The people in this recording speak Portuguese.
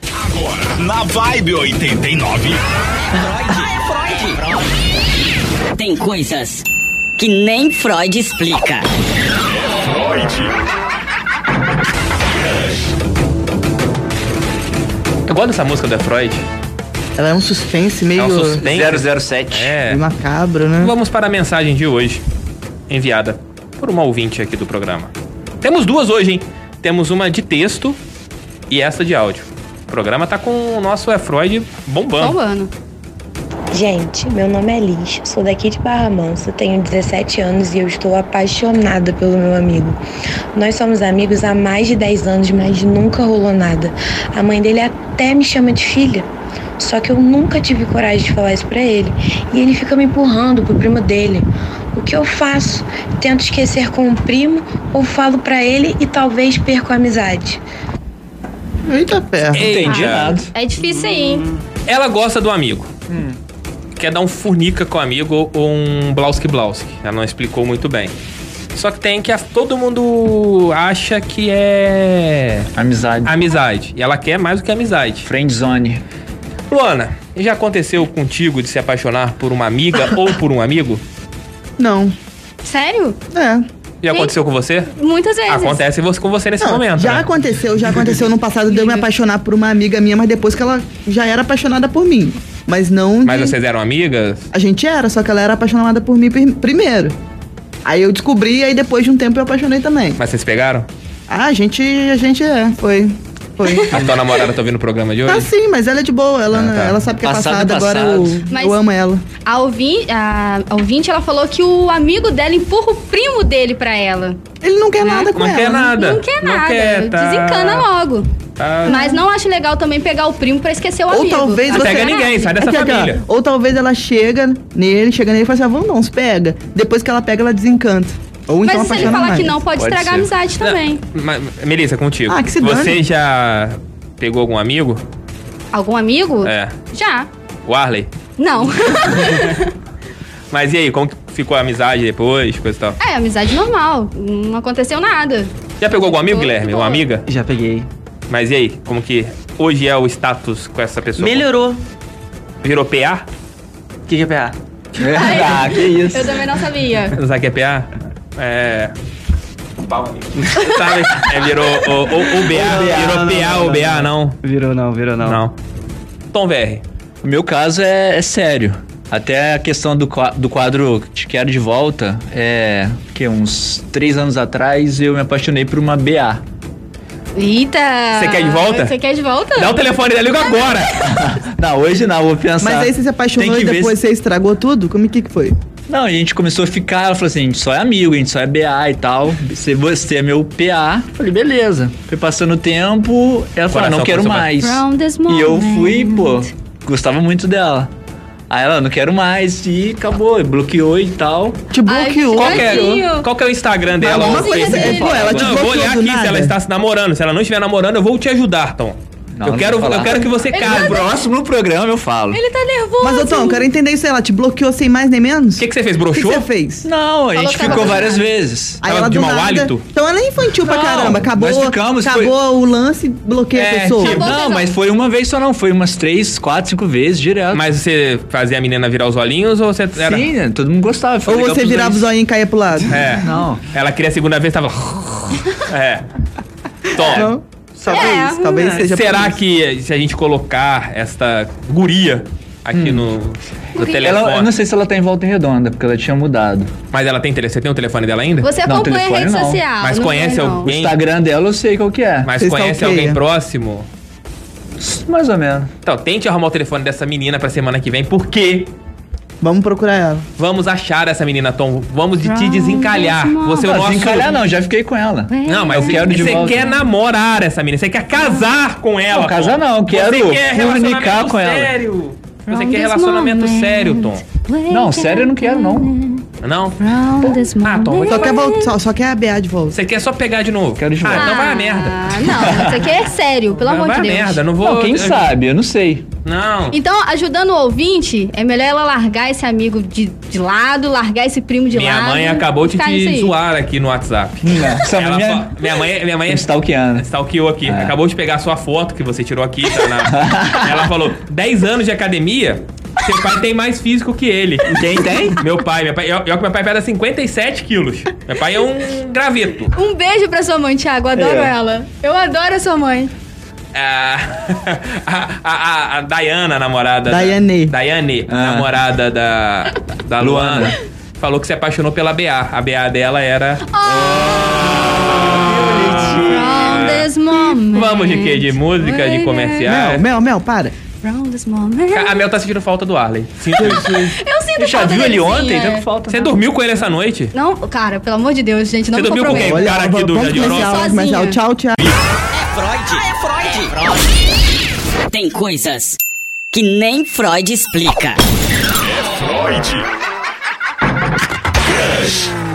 Agora, na Vibe 89. Ah, é Freud. Tem coisas que nem Freud explica. Freud. Eu gosto dessa música do Freud. Ela é um suspense meio É um suspense. 007. É. macabro, né? Vamos para a mensagem de hoje, enviada por uma ouvinte aqui do programa. Temos duas hoje, hein? Temos uma de texto e essa de áudio. O programa tá com o nosso É Freud bombando. ano. Gente, meu nome é Liz, sou daqui de Barra Mansa, tenho 17 anos e eu estou apaixonada pelo meu amigo. Nós somos amigos há mais de 10 anos, mas nunca rolou nada. A mãe dele até me chama de filha. Só que eu nunca tive coragem de falar isso pra ele. E ele fica me empurrando pro primo dele. O que eu faço? Tento esquecer com o primo ou falo pra ele e talvez perco a amizade. Eita ferro. Entendi nada. É difícil aí, hein? Ela gosta do amigo. Quer dar um furnica com o amigo ou um blauski blauski. Ela não explicou muito bem. Só que tem que a- todo mundo acha que é Amizade. amizade. E ela quer mais do que amizade. Friend Zone. Luana, já aconteceu contigo de se apaixonar por uma amiga ou por um amigo? Não. Sério? É. Já Sim. aconteceu com você? Muitas vezes. Acontece vo- com você nesse Não, momento. já né? aconteceu, já aconteceu no passado de eu me apaixonar por uma amiga minha, mas depois que ela já era apaixonada por mim. Mas não. Mas de- vocês eram amigas? A gente era, só que ela era apaixonada por mim prim- primeiro. Aí eu descobri, aí depois de um tempo eu apaixonei também. Mas vocês pegaram? Ah, a gente, a gente é, foi. Foi. A tua namorada tá ouvindo o programa de Ah, hoje? sim, mas ela é de boa. Ela, Ah, tá. ela sabe que é Passado é passado, agora eu, passado. Mas- eu amo ela. A ouvinte, a, a ouvinte, ela falou que o amigo dela empurra o primo dele pra ela. Ele não quer nada com Né? Não ela. quer nada. Não quer nada. tá- Desencana logo. tá- Mas não acho legal também pegar o primo pra esquecer o Ou amigo. talvez Não você- pega ninguém, sai dessa É que aquela- família. ou talvez ela chega nele, chega nele e fala assim, ah, vamos não, se pega. Depois que ela pega, ela desencanta. Ou então Mas se ele apaixona falar mais. que não, pode, Pode estragar ser. É. a amizade também. Mas, Melissa, é contigo. Ah, que se dane. você já pegou algum amigo? Algum amigo? É. Já. O Arley? Não. Mas e aí, como que ficou a amizade depois, coisa e tal? é, amizade normal. Não aconteceu nada. Já pegou algum amigo, Tô- Guilherme? tô- Uma amiga? Já peguei. Mas e aí, como que hoje é o status com essa pessoa? Melhorou. Virou PA? O que, que é PA? ah, que isso. Eu também não sabia. Não sabe o que é PA? É. Sabe? É, virou o, o, o BA, virou não, PA não, ou não, BA, não. Virou não, virou não. Não. Tom VR. O meu caso é, é sério. Até a questão do, qua- do quadro Te Quero de Volta, é. que uns três anos atrás eu me apaixonei por uma BA. Eita! Você quer de volta? Você quer de volta? Dá o telefone da Liga agora! Não, hoje não, vou pensar. Mas aí você se apaixonou Tem e que ver depois se- você estragou tudo? Como que que foi? Não, a gente começou a ficar, ela falou assim, a gente só é amigo, a gente só é BA e tal. Se você é meu PA, eu falei, beleza. Foi passando o tempo, ela falou, ah, Coração não quero começou a mais. From this E eu moment. fui, pô, gostava muito dela. Aí ela, não quero mais, e acabou, e bloqueou e tal. Te Ai, bloqueou. Qual que, é, Tadinho. qual que é o Instagram dela? uma Ou o coisa, Facebook? pô, ela te não, eu vou bloqueou olhar do aqui se nada. ela está se namorando. Se ela não estiver namorando, eu vou te ajudar, Tom. Não, eu, não quero, vou falar. eu quero que você case. O Próximo programa eu falo. Ele tá nervoso. Mas, ô Tom, eu quero entender isso aí. Ela te bloqueou sem mais nem menos? O que, que você fez? que que Broxou? você fez? Não, a Falou gente que tava ficou várias apaixonado. vezes. Aí Tava ela de do mau nada- hálito? Então ela é infantil pra Não, caramba. Acabou, mas ficamos, foi- acabou o lance, bloqueia É, a pessoa. tipo- Acabou a não, tesão. mas foi uma vez só não, foi umas três, quatro, cinco vezes direto. Mas você fazia a menina virar os olhinhos ou você era. Sim, né, todo mundo gostava. foi Ou legal você pros virava o dois. zoinho e caía pro lado. É. Não. Ela queria a segunda vez, tava. é. Tom, Não? Talvez, É. talvez seja por É. será isso. que se a gente colocar esta guria aqui Hum. no, no telefone. Ela, eu não sei se ela tá em volta redonda, porque ela tinha mudado. Mas ela tem telefone. Você tem o telefone dela ainda? Você Não, acompanha a telefone rede não. social. Mas não conhece vai, não. O alguém? Bem- Instagram dela eu sei qual que é. Mas, Mas Você conhece stalkeia. alguém próximo? mais ou menos. Então, tente arrumar o telefone dessa menina pra semana que vem, porque Vamos procurar ela. vamos achar essa menina, Tom. Vamos Ah, de te desencalhar. Ah, Você é o Não, nosso... desencalhar não, já fiquei com ela. Não, mas Eu quero de você volta. quer namorar essa menina, você quer casar com ela. Não, casar Tom. não, eu quero Você quer relacionamento comunicar com ela. sério. Você From quer this relacionamento moment. sério, Tom. Não, sério eu não quero, não. Não? Round this Ah, toma. morning. Só quer, voltar, só, só quer a BA de volta. Você quer só pegar de novo? Quero de ah, volta. então vai a merda. Ah, Não, isso aqui é sério, pelo amor vai de a Deus. merda, não vou. Não, quem eu- sabe, eu não sei. Não. Então, ajudando o ouvinte, é melhor ela largar esse amigo de, de lado, largar esse primo de Minha lado. mãe acabou e de ficar nisso te aí. zoar aqui no WhatsApp. é? Essa Ela Tá, minha... fa- minha mãe, minha mãe é Stalkeando. stalkeou aqui. É. Acabou de pegar a sua foto que você tirou aqui. tá na- Ela falou: 10 anos de academia, seu pai tem mais físico que ele. Quem tem? Meu pai, meu pai, eu, eu, meu pai pesa 57 quilos. Meu pai é um graveto. Um beijo pra sua mãe, Thiago. Adoro É. ela. Eu adoro a sua mãe. A, a, a, a Dayana, namorada. Daiane. Da, Daiane, Ah. namorada da, da Luana, falou que se apaixonou pela BA. A BA dela era. From this moment. Vamos, GQ, de música, de Mel, comercial. Mel, Mel, para. From this moment. A Mel tá sentindo falta do Arley. Sinto isso. Eu sinto Eu já falta viu dele, ele sim, ontem? é. Tá com falta. Você dormiu com ele essa noite? Não, cara, pelo amor de Deus, gente, não Você me dormiu com quem? comprometa. O um cara aqui do vamos Jardim comercial, Europa. vamos comercial. Sozinha. Tchau, tchau. Tem coisas que nem Freud explica. Freud. Crush.